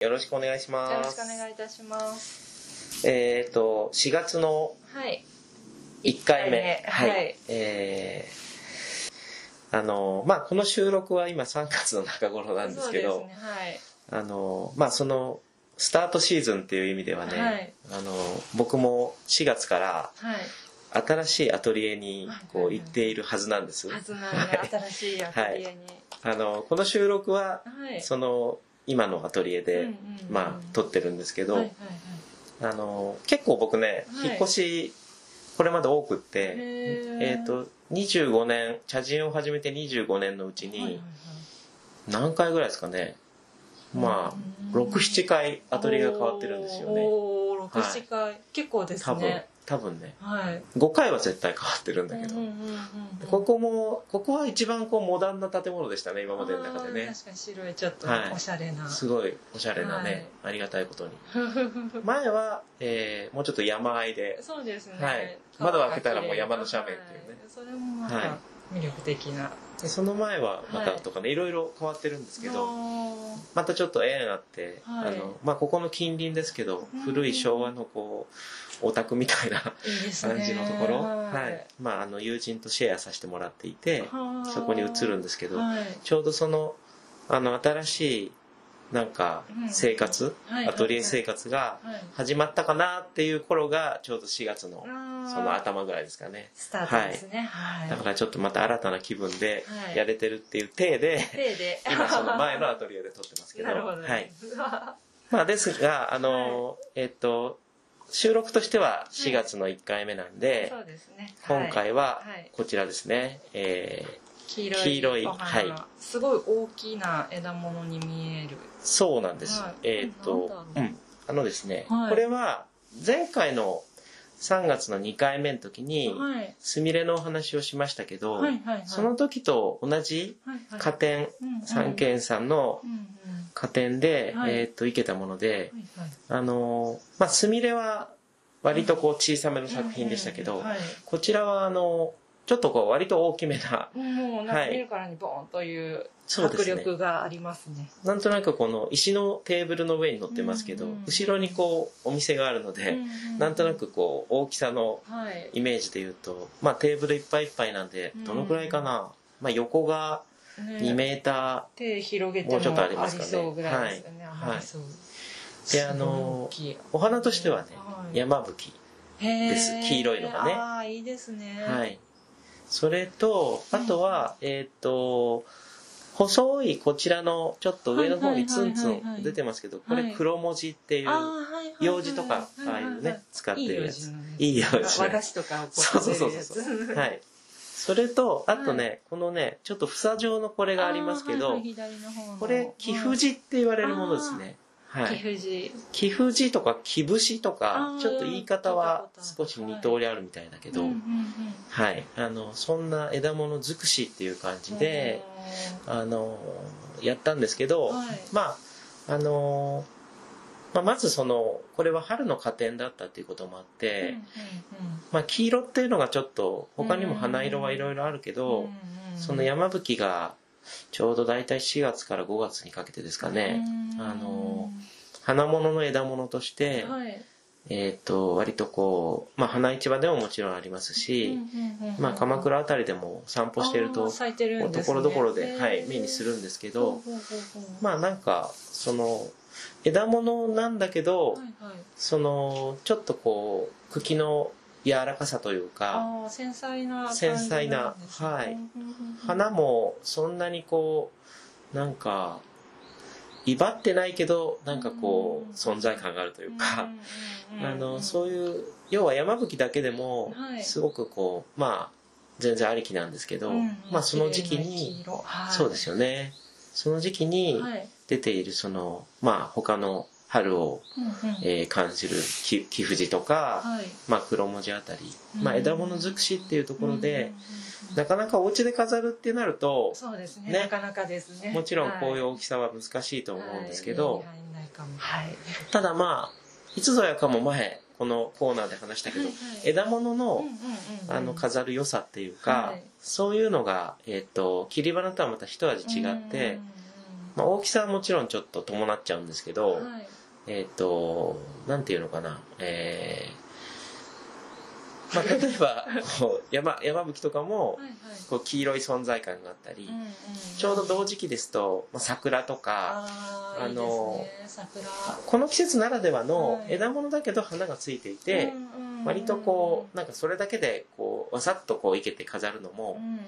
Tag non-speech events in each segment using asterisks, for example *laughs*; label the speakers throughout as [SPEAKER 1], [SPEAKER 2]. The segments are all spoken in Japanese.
[SPEAKER 1] よろしくお願いします。
[SPEAKER 2] よろしくお願いいたします。
[SPEAKER 1] えっ、と、4月の
[SPEAKER 2] はい。
[SPEAKER 1] 1回目。
[SPEAKER 2] 一回目はい
[SPEAKER 1] えーあの、まあ、この収録は今3月の中頃なんですけど、
[SPEAKER 2] そうですね。
[SPEAKER 1] あの、まあ、その、スタートシーズンっていう意味ではね、
[SPEAKER 2] はい
[SPEAKER 1] あの、僕も4月から
[SPEAKER 2] はい。はい。
[SPEAKER 1] 新しいアトリエにこう行っているはずなんです。
[SPEAKER 2] はずなんで、新しいアトリエに。
[SPEAKER 1] あの、この収録は、
[SPEAKER 2] はい。
[SPEAKER 1] その、今のアトリエで、まあ、撮
[SPEAKER 2] っ
[SPEAKER 1] ってるんですけ
[SPEAKER 2] て
[SPEAKER 1] ど、あの結構僕ね、
[SPEAKER 2] はい
[SPEAKER 1] 引っ越しこれまで多くって、え
[SPEAKER 2] え
[SPEAKER 1] っ、と25年茶人を始めて25年のうちに何回ぐらいですかね、まあ67回アトリエが変わってるんですよね
[SPEAKER 2] おお、六七回。結構です
[SPEAKER 1] 多分
[SPEAKER 2] ね。
[SPEAKER 1] 多分ね
[SPEAKER 2] はい。
[SPEAKER 1] 5回は絶対変わってるんだけど、
[SPEAKER 2] うんうんうんうん
[SPEAKER 1] ここもここは一番こうモダンな建物でしたね今までの中で
[SPEAKER 2] あー
[SPEAKER 1] ね
[SPEAKER 2] 確かに白いちょっと
[SPEAKER 1] はい
[SPEAKER 2] おしゃれな。
[SPEAKER 1] すごいおしゃれなね、ありがたい
[SPEAKER 2] *laughs*
[SPEAKER 1] ことに前は、えーもうちょっと山あいで
[SPEAKER 2] そうですね。
[SPEAKER 1] はい
[SPEAKER 2] 川が
[SPEAKER 1] 窓を開けたらもう山の斜面っていうね
[SPEAKER 2] はそれもまた
[SPEAKER 1] は
[SPEAKER 2] 魅力的な。
[SPEAKER 1] でその前はまたとかね、いろいろ変わってるんですけど、
[SPEAKER 2] ど。
[SPEAKER 1] またちょっと縁あって、
[SPEAKER 2] はい
[SPEAKER 1] あのまあ、ここの近隣ですけど、
[SPEAKER 2] うん
[SPEAKER 1] 古い昭和のこうオタクみたいない
[SPEAKER 2] いですね。
[SPEAKER 1] 感じのところ、
[SPEAKER 2] は
[SPEAKER 1] はい
[SPEAKER 2] い。
[SPEAKER 1] まあ、あの友人とシェアさせてもらっていて
[SPEAKER 2] はー
[SPEAKER 1] そこに移るんですけど、
[SPEAKER 2] はい。
[SPEAKER 1] ちょうどそのあの新しいなんか
[SPEAKER 2] うん
[SPEAKER 1] 生活、
[SPEAKER 2] はい
[SPEAKER 1] アトリエ生活が
[SPEAKER 2] はい。
[SPEAKER 1] 始まったかなっていう頃がちょうど4月のそ
[SPEAKER 2] そ
[SPEAKER 1] の頭ぐらいですかね
[SPEAKER 2] スタートですね。はい。
[SPEAKER 1] だからちょっとまた新たな気分で
[SPEAKER 2] はい
[SPEAKER 1] やれてるっていう体で、
[SPEAKER 2] 手で。
[SPEAKER 1] 今その前のアトリエで撮ってますけど
[SPEAKER 2] *laughs* なるほど。
[SPEAKER 1] はい、。
[SPEAKER 2] は
[SPEAKER 1] まあですが、あの、えっと、収録としては4月の1回目なん
[SPEAKER 2] い。
[SPEAKER 1] で、
[SPEAKER 2] そうですね。
[SPEAKER 1] 今回は
[SPEAKER 2] はい
[SPEAKER 1] こちらですね、えー
[SPEAKER 2] 黄色い
[SPEAKER 1] 黄色い
[SPEAKER 2] お花が
[SPEAKER 1] は
[SPEAKER 2] すごい大きな枝物に見える。
[SPEAKER 1] そうなんです。
[SPEAKER 2] はい
[SPEAKER 1] えーっと、
[SPEAKER 2] な
[SPEAKER 1] うん、
[SPEAKER 2] だろうん
[SPEAKER 1] あのですね、
[SPEAKER 2] はい
[SPEAKER 1] これは前回の3月の2回目の時に、
[SPEAKER 2] はい。
[SPEAKER 1] スミレのお話をしましたけど、
[SPEAKER 2] はいはいはい。
[SPEAKER 1] その時と同じ
[SPEAKER 2] はいはい、
[SPEAKER 1] 加点、
[SPEAKER 2] うんうん
[SPEAKER 1] 三軒さんの
[SPEAKER 2] うんうん。
[SPEAKER 1] 加点で、
[SPEAKER 2] はい
[SPEAKER 1] えーっと、いけたもので、
[SPEAKER 2] はいはい。
[SPEAKER 1] あの、まあ、スミレは割とこう小さめの作品でしたけど、
[SPEAKER 2] うんうんはい
[SPEAKER 1] こちらはあのちょっとこう割と大きめな
[SPEAKER 2] もうなんか
[SPEAKER 1] はい
[SPEAKER 2] 見るからにボーンという
[SPEAKER 1] そうで
[SPEAKER 2] 迫
[SPEAKER 1] すね
[SPEAKER 2] 力がありますね。
[SPEAKER 1] なんとなくこの石のテーブルの上に乗ってますけど、
[SPEAKER 2] うんうん
[SPEAKER 1] 後ろにこうお店があるので、
[SPEAKER 2] うんうん
[SPEAKER 1] なんとなくこう大きさの
[SPEAKER 2] はい。
[SPEAKER 1] イメージで言うと、まあ、テーブルいっぱいいっぱいなんで
[SPEAKER 2] うん
[SPEAKER 1] どのくらいかな、まあ、横が2メータ
[SPEAKER 2] 手広げて
[SPEAKER 1] も
[SPEAKER 2] も
[SPEAKER 1] うちょっとありま
[SPEAKER 2] あ
[SPEAKER 1] すか
[SPEAKER 2] り
[SPEAKER 1] ね
[SPEAKER 2] そうぐらいですよね。
[SPEAKER 1] はい
[SPEAKER 2] ありそう。
[SPEAKER 1] であの
[SPEAKER 2] すごい大きい
[SPEAKER 1] ーお花としてはね、
[SPEAKER 2] はい
[SPEAKER 1] 山吹です
[SPEAKER 2] へー
[SPEAKER 1] 黄色いのがね
[SPEAKER 2] ああいいですね。
[SPEAKER 1] はい。それと、あとは、えっ、と、細いこちらのちょっと上の方にツンツ
[SPEAKER 2] はいはいはいは
[SPEAKER 1] ン
[SPEAKER 2] い
[SPEAKER 1] 出てますけど、これ
[SPEAKER 2] はい
[SPEAKER 1] 黒文字ってい
[SPEAKER 2] あー
[SPEAKER 1] う、
[SPEAKER 2] はいはいはい
[SPEAKER 1] 用字とか、ああいうね、使って
[SPEAKER 2] いい
[SPEAKER 1] る
[SPEAKER 2] 用
[SPEAKER 1] や
[SPEAKER 2] 事
[SPEAKER 1] つ。
[SPEAKER 2] のね。
[SPEAKER 1] いい用紙
[SPEAKER 2] 和菓子とかをこ
[SPEAKER 1] そうそう
[SPEAKER 2] 食
[SPEAKER 1] そう
[SPEAKER 2] べるやつ
[SPEAKER 1] そう。はい。それと、あとね、このね、ちょっと房状のこれがありますけど、
[SPEAKER 2] あーはいはい左の方の
[SPEAKER 1] これ、貴婦字って言われるものですね。は
[SPEAKER 2] 貴
[SPEAKER 1] い。
[SPEAKER 2] 婦字
[SPEAKER 1] 貴婦字とか貴節とか
[SPEAKER 2] あ、ー
[SPEAKER 1] ちょっと言い方は少し
[SPEAKER 2] 聞い
[SPEAKER 1] 二
[SPEAKER 2] たことあ
[SPEAKER 1] 通
[SPEAKER 2] る
[SPEAKER 1] りあるみたいだけど、
[SPEAKER 2] うんうんうん
[SPEAKER 1] はい、あのそんな枝物尽くしっていう感じで、あのやったんですけど、
[SPEAKER 2] はい
[SPEAKER 1] まああの、まあ、まずそのこれは春の花展だったっていうこともあっ
[SPEAKER 2] うん
[SPEAKER 1] て、
[SPEAKER 2] うん
[SPEAKER 1] まあ、黄色っていうのがちょっと他にも花色はいろいろあるけ
[SPEAKER 2] うん
[SPEAKER 1] ど、
[SPEAKER 2] うん
[SPEAKER 1] その山吹がちょうど大体4月から5月にかけてですかね、
[SPEAKER 2] うん
[SPEAKER 1] あの花物の枝物として、
[SPEAKER 2] はい
[SPEAKER 1] えー、と割とこう、まあ、花市場でももちろんありますし、
[SPEAKER 2] うんうんうん
[SPEAKER 1] まあ、鎌倉あたりでも散歩してる
[SPEAKER 2] あ
[SPEAKER 1] と
[SPEAKER 2] ー咲いてるんで
[SPEAKER 1] と
[SPEAKER 2] す
[SPEAKER 1] こ
[SPEAKER 2] ね
[SPEAKER 1] ろどころで、はい
[SPEAKER 2] へ、ー
[SPEAKER 1] 目にするんですけど、
[SPEAKER 2] ほうほうほうほう
[SPEAKER 1] まあなんかその枝物なんだけど、
[SPEAKER 2] はいはい
[SPEAKER 1] そのちょっとこう茎の柔らかさというか
[SPEAKER 2] あー繊細な感じ
[SPEAKER 1] 繊細なん
[SPEAKER 2] ですね
[SPEAKER 1] はい
[SPEAKER 2] うんうんうんうん
[SPEAKER 1] 花もそんなにこうなんか威張ってないけどなんかこ
[SPEAKER 2] うん
[SPEAKER 1] う存在感があるというか、
[SPEAKER 2] うんうんうん
[SPEAKER 1] あ
[SPEAKER 2] う
[SPEAKER 1] の
[SPEAKER 2] ん
[SPEAKER 1] そういう要は山吹だけでも
[SPEAKER 2] はい
[SPEAKER 1] すごくこうまあ全然ありきなんですけど、
[SPEAKER 2] うん
[SPEAKER 1] まあその時期
[SPEAKER 2] 黄
[SPEAKER 1] に
[SPEAKER 2] 色はい
[SPEAKER 1] そうですよねその時期に、
[SPEAKER 2] はい
[SPEAKER 1] 出ているそのまあ他の春を、
[SPEAKER 2] うんうん
[SPEAKER 1] えー感じるき貴婦人とか、
[SPEAKER 2] はい
[SPEAKER 1] まあ、黒文字あたり、まあ、
[SPEAKER 2] うん
[SPEAKER 1] 枝物尽くしっていうところ
[SPEAKER 2] うん
[SPEAKER 1] で
[SPEAKER 2] うん、うんうん
[SPEAKER 1] なかなかお家で飾るってなると
[SPEAKER 2] そうですね
[SPEAKER 1] ね
[SPEAKER 2] なかなかですね
[SPEAKER 1] もちろんこういう
[SPEAKER 2] は
[SPEAKER 1] 大きさは難しいと
[SPEAKER 2] い
[SPEAKER 1] 思うんですけど、
[SPEAKER 2] はい手に入んないかもはい
[SPEAKER 1] ただまあいつぞやかも前このコーナーで話したけど、
[SPEAKER 2] はいはい
[SPEAKER 1] 枝物
[SPEAKER 2] うん
[SPEAKER 1] の
[SPEAKER 2] うんうんうん
[SPEAKER 1] あの飾る良さっていうか、
[SPEAKER 2] はい
[SPEAKER 1] そういうのが、えっと切り花とはまた一味違って、
[SPEAKER 2] うんうんうん
[SPEAKER 1] まあ、大きさはもちろんちょっと伴っちゃうんですけど、
[SPEAKER 2] はい
[SPEAKER 1] えっ、と、なんていうのかな、えーまあ、例え
[SPEAKER 2] *laughs*
[SPEAKER 1] ば、こう山、山吹とかも、
[SPEAKER 2] はいはい
[SPEAKER 1] こう、黄色い存在感があったり、
[SPEAKER 2] うんうん
[SPEAKER 1] ちょうど同時期ですと、まあ、桜とか、
[SPEAKER 2] あ
[SPEAKER 1] あ
[SPEAKER 2] あ
[SPEAKER 1] の
[SPEAKER 2] の桜
[SPEAKER 1] この季節ならではの
[SPEAKER 2] はい
[SPEAKER 1] 枝物だけど花がついていて、割とこう、なんかそれだけで、こう、わさっとこう、生けて飾るの
[SPEAKER 2] う
[SPEAKER 1] も、
[SPEAKER 2] ん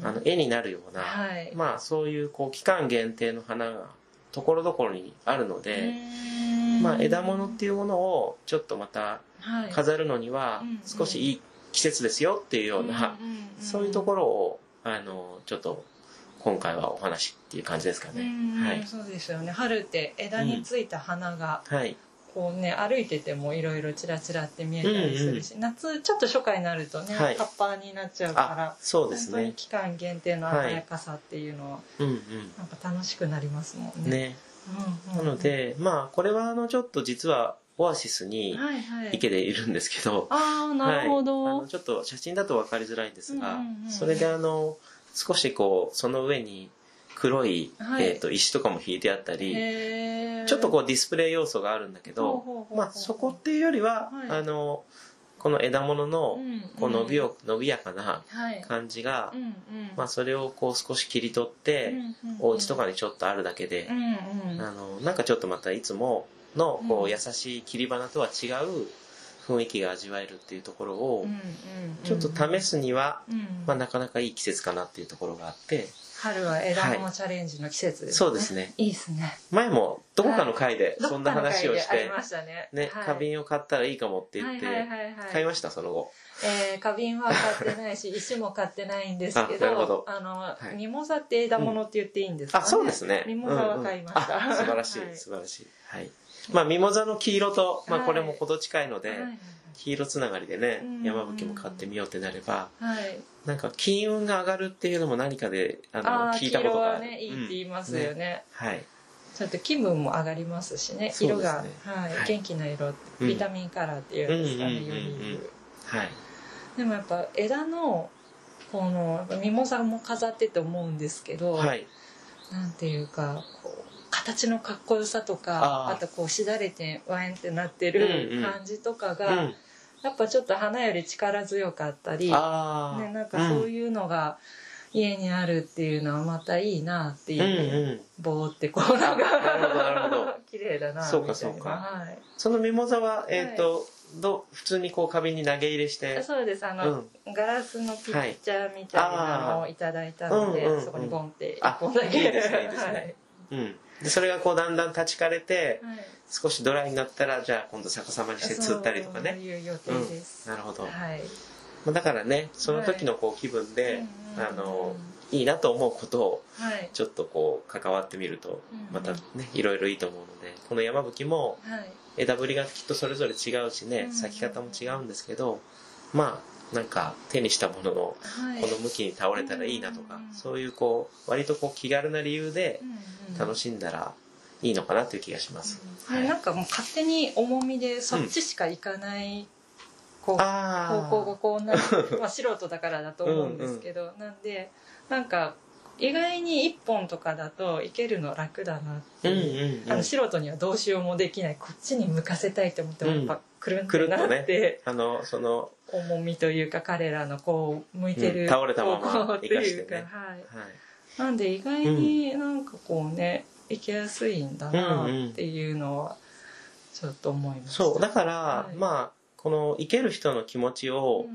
[SPEAKER 2] うん
[SPEAKER 1] あの、絵になるような、
[SPEAKER 2] はい
[SPEAKER 1] まあ、そういう、こう、期間限定の花が、ところどころにあるので、まあ、枝物っていうものを、ちょっとまた、
[SPEAKER 2] はい
[SPEAKER 1] 飾るのには
[SPEAKER 2] うん
[SPEAKER 1] 少しいい季節ですよっていうような、
[SPEAKER 2] んんん
[SPEAKER 1] そういうところをあのちょっと今回はお話っていう感じですか
[SPEAKER 2] う
[SPEAKER 1] ね、
[SPEAKER 2] んうん
[SPEAKER 1] はい
[SPEAKER 2] そうですよね春って枝についた花が
[SPEAKER 1] はい
[SPEAKER 2] こうね歩いててもいろいろチラチラって見えたりするし、夏ちょっと初夏になるとね、
[SPEAKER 1] はい
[SPEAKER 2] 葉っぱになっちゃう
[SPEAKER 1] あ
[SPEAKER 2] か
[SPEAKER 1] そうで
[SPEAKER 2] ら、本
[SPEAKER 1] す
[SPEAKER 2] 当に
[SPEAKER 1] ね
[SPEAKER 2] 期間限定の鮮やかさっていうのは
[SPEAKER 1] うん
[SPEAKER 2] なんか楽しくなりますも
[SPEAKER 1] うんん
[SPEAKER 2] ね。
[SPEAKER 1] ね
[SPEAKER 2] うん
[SPEAKER 1] な
[SPEAKER 2] うん
[SPEAKER 1] の、でまあこれはあのちょっと実はオアシスに
[SPEAKER 2] はいはい、
[SPEAKER 1] 池でいるんですけど、
[SPEAKER 2] ああ
[SPEAKER 1] はい
[SPEAKER 2] なるほど、
[SPEAKER 1] あのちょっと写真だと分かりづらいんですが、
[SPEAKER 2] うんうんうん
[SPEAKER 1] それであの少しこうその上に黒い、
[SPEAKER 2] はい
[SPEAKER 1] えー、と石とかも引いてあったり
[SPEAKER 2] へー
[SPEAKER 1] ちょっとこうディスプレイ要素があるんだけど、
[SPEAKER 2] ほうほうほうほう
[SPEAKER 1] まあ、そこっていうよりは、
[SPEAKER 2] はい
[SPEAKER 1] あのこの枝物の
[SPEAKER 2] うんうん
[SPEAKER 1] こう伸びよ伸びやかな
[SPEAKER 2] はい
[SPEAKER 1] 感じが、
[SPEAKER 2] うんうん
[SPEAKER 1] まあ、それをこう少し切り取って、お家とかにちょっとあるだけで
[SPEAKER 2] う、んうん
[SPEAKER 1] あのなんかちょっとまたいつものこ
[SPEAKER 2] う
[SPEAKER 1] うん優しい切り花とは違う雰囲気が味わえるっていうところ
[SPEAKER 2] う
[SPEAKER 1] を
[SPEAKER 2] んうん
[SPEAKER 1] ちょっと試すには、
[SPEAKER 2] うん
[SPEAKER 1] まあ、なかなかいい季節かなっていうところがあって
[SPEAKER 2] 春は枝のチャレンジの季節ですね、
[SPEAKER 1] そうですね
[SPEAKER 2] いいですね
[SPEAKER 1] 前もどこかの回で *laughs* そんな話をし
[SPEAKER 2] どっかの回であり
[SPEAKER 1] て、
[SPEAKER 2] ましたね
[SPEAKER 1] ね、
[SPEAKER 2] はい
[SPEAKER 1] 花瓶を買ったらいいかもって言って
[SPEAKER 2] はいはいはいはい
[SPEAKER 1] 買いましたその後。
[SPEAKER 2] えー花瓶は買ってないし *laughs* 石も買ってないんですけ
[SPEAKER 1] あなるほ
[SPEAKER 2] ど
[SPEAKER 1] ど
[SPEAKER 2] あの、
[SPEAKER 1] い
[SPEAKER 2] ミモザって枝物って言っていいんですか、
[SPEAKER 1] あ、そうですね。
[SPEAKER 2] ミモザは買いました、 *laughs*
[SPEAKER 1] うんうんあ素晴らし、
[SPEAKER 2] はい
[SPEAKER 1] 素晴らしい。はい。まあ、ミモザの黄色と、まあ、
[SPEAKER 2] はい
[SPEAKER 1] これもほど近いので、
[SPEAKER 2] はいはい
[SPEAKER 1] 黄色つながりでね
[SPEAKER 2] うん、
[SPEAKER 1] 山吹も買ってみようってなれば、
[SPEAKER 2] はい
[SPEAKER 1] なんか金運が上がるっていうのも何かで、あの、
[SPEAKER 2] あー
[SPEAKER 1] 聞いたことがある。
[SPEAKER 2] 黄色はねいいって言います
[SPEAKER 1] うん
[SPEAKER 2] よね,、
[SPEAKER 1] はい。
[SPEAKER 2] ちょっと気分も上がりますしね
[SPEAKER 1] そう
[SPEAKER 2] 色
[SPEAKER 1] ですね
[SPEAKER 2] が、はい
[SPEAKER 1] はい
[SPEAKER 2] 元気な色
[SPEAKER 1] うん
[SPEAKER 2] ビタミンカラーっていうんですかね、
[SPEAKER 1] うんうんう
[SPEAKER 2] よ
[SPEAKER 1] んうん
[SPEAKER 2] り言う
[SPEAKER 1] はい。
[SPEAKER 2] でもやっぱ枝のこのやっぱミモザも飾ってて思うんですけど、
[SPEAKER 1] はい。
[SPEAKER 2] なんていうかこう形のかっこよさとか
[SPEAKER 1] あ
[SPEAKER 2] あ
[SPEAKER 1] ー
[SPEAKER 2] とこうしだれてワインってなって
[SPEAKER 1] うんう
[SPEAKER 2] る
[SPEAKER 1] ん
[SPEAKER 2] 感じとか
[SPEAKER 1] う
[SPEAKER 2] が、
[SPEAKER 1] ん。
[SPEAKER 2] やっぱちょっと花より力強かったり、
[SPEAKER 1] ああ。
[SPEAKER 2] ね、なんかそういうのが家にあるっていうのはまたいいなって
[SPEAKER 1] う
[SPEAKER 2] い
[SPEAKER 1] ん
[SPEAKER 2] う。
[SPEAKER 1] うんうん。
[SPEAKER 2] 棒ってこうなん
[SPEAKER 1] あなるほどなるほど
[SPEAKER 2] か *laughs* 綺麗だなみたいな
[SPEAKER 1] そうかそうか
[SPEAKER 2] はい
[SPEAKER 1] そのミモザは、えっと、どう、普通にこう花瓶に投げ入れして、
[SPEAKER 2] そうですあ
[SPEAKER 1] う
[SPEAKER 2] の、
[SPEAKER 1] ん。
[SPEAKER 2] ガラスのピッチャーみたいなのをいただいたので、
[SPEAKER 1] はいあーうんうんうん
[SPEAKER 2] そこにボンって
[SPEAKER 1] あ
[SPEAKER 2] こうだけ
[SPEAKER 1] いいですねいいですねうん。で、それがこうだんだん立ち枯れて、
[SPEAKER 2] はいはい
[SPEAKER 1] 少しドライになったらじゃあ今度逆さまにして釣ったりとか
[SPEAKER 2] そう
[SPEAKER 1] ね
[SPEAKER 2] いう予定です、
[SPEAKER 1] なるほど、ま
[SPEAKER 2] はい、
[SPEAKER 1] あ、だからねその時のこう気分で、
[SPEAKER 2] うんうん
[SPEAKER 1] あのいいなと思うことを
[SPEAKER 2] はい
[SPEAKER 1] ちょっとこう関わってみるとまた
[SPEAKER 2] うん
[SPEAKER 1] ねいろいろいいと思うのでこの山吹も
[SPEAKER 2] はい
[SPEAKER 1] 枝ぶりがきっとそれぞれ違うし
[SPEAKER 2] うん
[SPEAKER 1] ね
[SPEAKER 2] うん
[SPEAKER 1] 咲き方も違うんですけどまあなんか手にしたもののこ
[SPEAKER 2] はい
[SPEAKER 1] の向きに倒れたらいいなと
[SPEAKER 2] う
[SPEAKER 1] か
[SPEAKER 2] んうん
[SPEAKER 1] そういうこう割とこう気軽な理由で
[SPEAKER 2] うんうん
[SPEAKER 1] 楽しんだらいいのかなという気がします。
[SPEAKER 2] うん
[SPEAKER 1] はい
[SPEAKER 2] なんかもう勝手に重みでそっちしか行かない、こう
[SPEAKER 1] あ
[SPEAKER 2] 方向が
[SPEAKER 1] あ
[SPEAKER 2] こ
[SPEAKER 1] *laughs*
[SPEAKER 2] うなる、まあ、素人だからだと思うんですけどなんでなんか意外に1本とかだといけるの楽だなって
[SPEAKER 1] うんう
[SPEAKER 2] いう、
[SPEAKER 1] ん
[SPEAKER 2] あ
[SPEAKER 1] う
[SPEAKER 2] の
[SPEAKER 1] ん
[SPEAKER 2] 素人にはどうしようもできないこっちに向かせたいと思っても
[SPEAKER 1] うん
[SPEAKER 2] やっぱくるん
[SPEAKER 1] くる
[SPEAKER 2] で
[SPEAKER 1] っと
[SPEAKER 2] な
[SPEAKER 1] ね
[SPEAKER 2] って、
[SPEAKER 1] あのその
[SPEAKER 2] 重みというか彼らのこう向いて
[SPEAKER 1] うん
[SPEAKER 2] る
[SPEAKER 1] 倒れたま
[SPEAKER 2] 方
[SPEAKER 1] ま
[SPEAKER 2] 向っていうか、
[SPEAKER 1] 生か
[SPEAKER 2] はい、
[SPEAKER 1] はい
[SPEAKER 2] なんで意外になんかこうね行きやすいんだなっていうのはちょっと思いました。
[SPEAKER 1] そうだから、
[SPEAKER 2] はい
[SPEAKER 1] まあこの生ける人の気持ちを
[SPEAKER 2] う、ん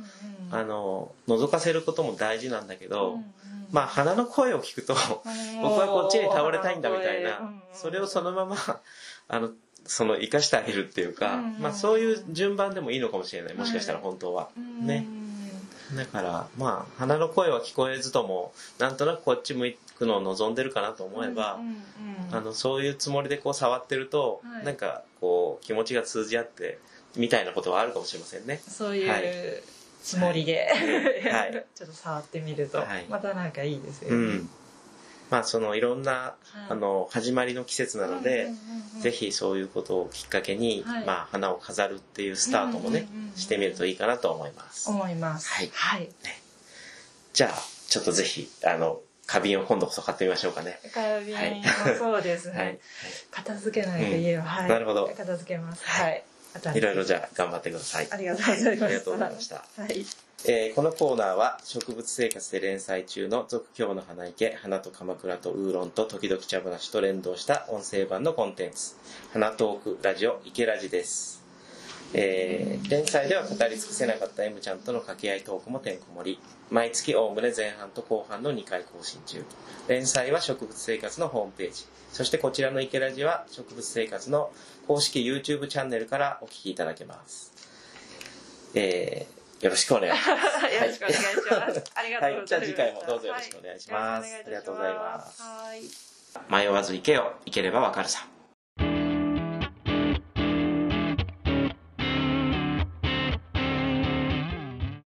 [SPEAKER 2] うん
[SPEAKER 1] あの覗かせることも大事なんだけど、
[SPEAKER 2] うんうん
[SPEAKER 1] まあ花の声を聞くと僕
[SPEAKER 2] 僕
[SPEAKER 1] はこっちに倒れたいんだみたいな、それをそ
[SPEAKER 2] の
[SPEAKER 1] のままあのその生かしてあげるっていうか、
[SPEAKER 2] うんうん
[SPEAKER 1] まあ、そういう順番でもいいのかもしれないもしかしたら
[SPEAKER 2] はい
[SPEAKER 1] 本当は、ね
[SPEAKER 2] ね
[SPEAKER 1] だからまあ花の声は聞こえずともなんとなくこっち向くのを望んでるかなと思えば、あのそういうつもりでこう触ってると、
[SPEAKER 2] はい
[SPEAKER 1] なんかこう気持ちが通じ合ってみたいなことはあるかもしれませんね。
[SPEAKER 2] そういうつもりで、
[SPEAKER 1] はい
[SPEAKER 2] *laughs* ちょっと触ってみると、
[SPEAKER 1] はい
[SPEAKER 2] またなんかいいですよ
[SPEAKER 1] う
[SPEAKER 2] ね、
[SPEAKER 1] ん。まあそのいろんな、
[SPEAKER 2] はい
[SPEAKER 1] あの始まりの季節なので、
[SPEAKER 2] うんうんうんうん
[SPEAKER 1] ぜひそういうことをきっかけに、
[SPEAKER 2] はい
[SPEAKER 1] まあ花を飾るっていうスタートもね、
[SPEAKER 2] うんうんうん
[SPEAKER 1] してみるといいかなと思います。
[SPEAKER 2] 思います
[SPEAKER 1] はい
[SPEAKER 2] はい、
[SPEAKER 1] じゃあちょっとぜひあの花瓶を今度こそ買ってみましょうかね。
[SPEAKER 2] 花瓶
[SPEAKER 1] はい
[SPEAKER 2] もそうですね、
[SPEAKER 1] はい。
[SPEAKER 2] 片付けないと家を、はい
[SPEAKER 1] なるほど
[SPEAKER 2] 片付けますはい
[SPEAKER 1] いろいろじゃあ頑張ってください。
[SPEAKER 2] ありがとうございました
[SPEAKER 1] ありがとうございました。
[SPEAKER 2] はい
[SPEAKER 1] えーこのコーナーは植物生活で連載中の俗教の花池、花と鎌倉とウーロンと時々茶話と連動した音声版のコンテンツ、花トークラジオ池ラジです。えー連載では語り尽くせなかった M ちゃんとの掛け合いトークもてんこ盛り、毎月おおむね前半と後半の2回更新中。連載は植物生活のホームページ、そしてこちらの池ラジは植物生活の公式 YouTube チャンネルからお聞きいただけます。えーよろしくお願いします。
[SPEAKER 2] よろしくお願いします。ありがとう
[SPEAKER 1] はい
[SPEAKER 2] ございます。
[SPEAKER 1] じゃあ次回もどうぞよろしくお願いします
[SPEAKER 2] は
[SPEAKER 1] ありがとうございます
[SPEAKER 2] はい。
[SPEAKER 1] 迷わず行けよ行ければわかるさ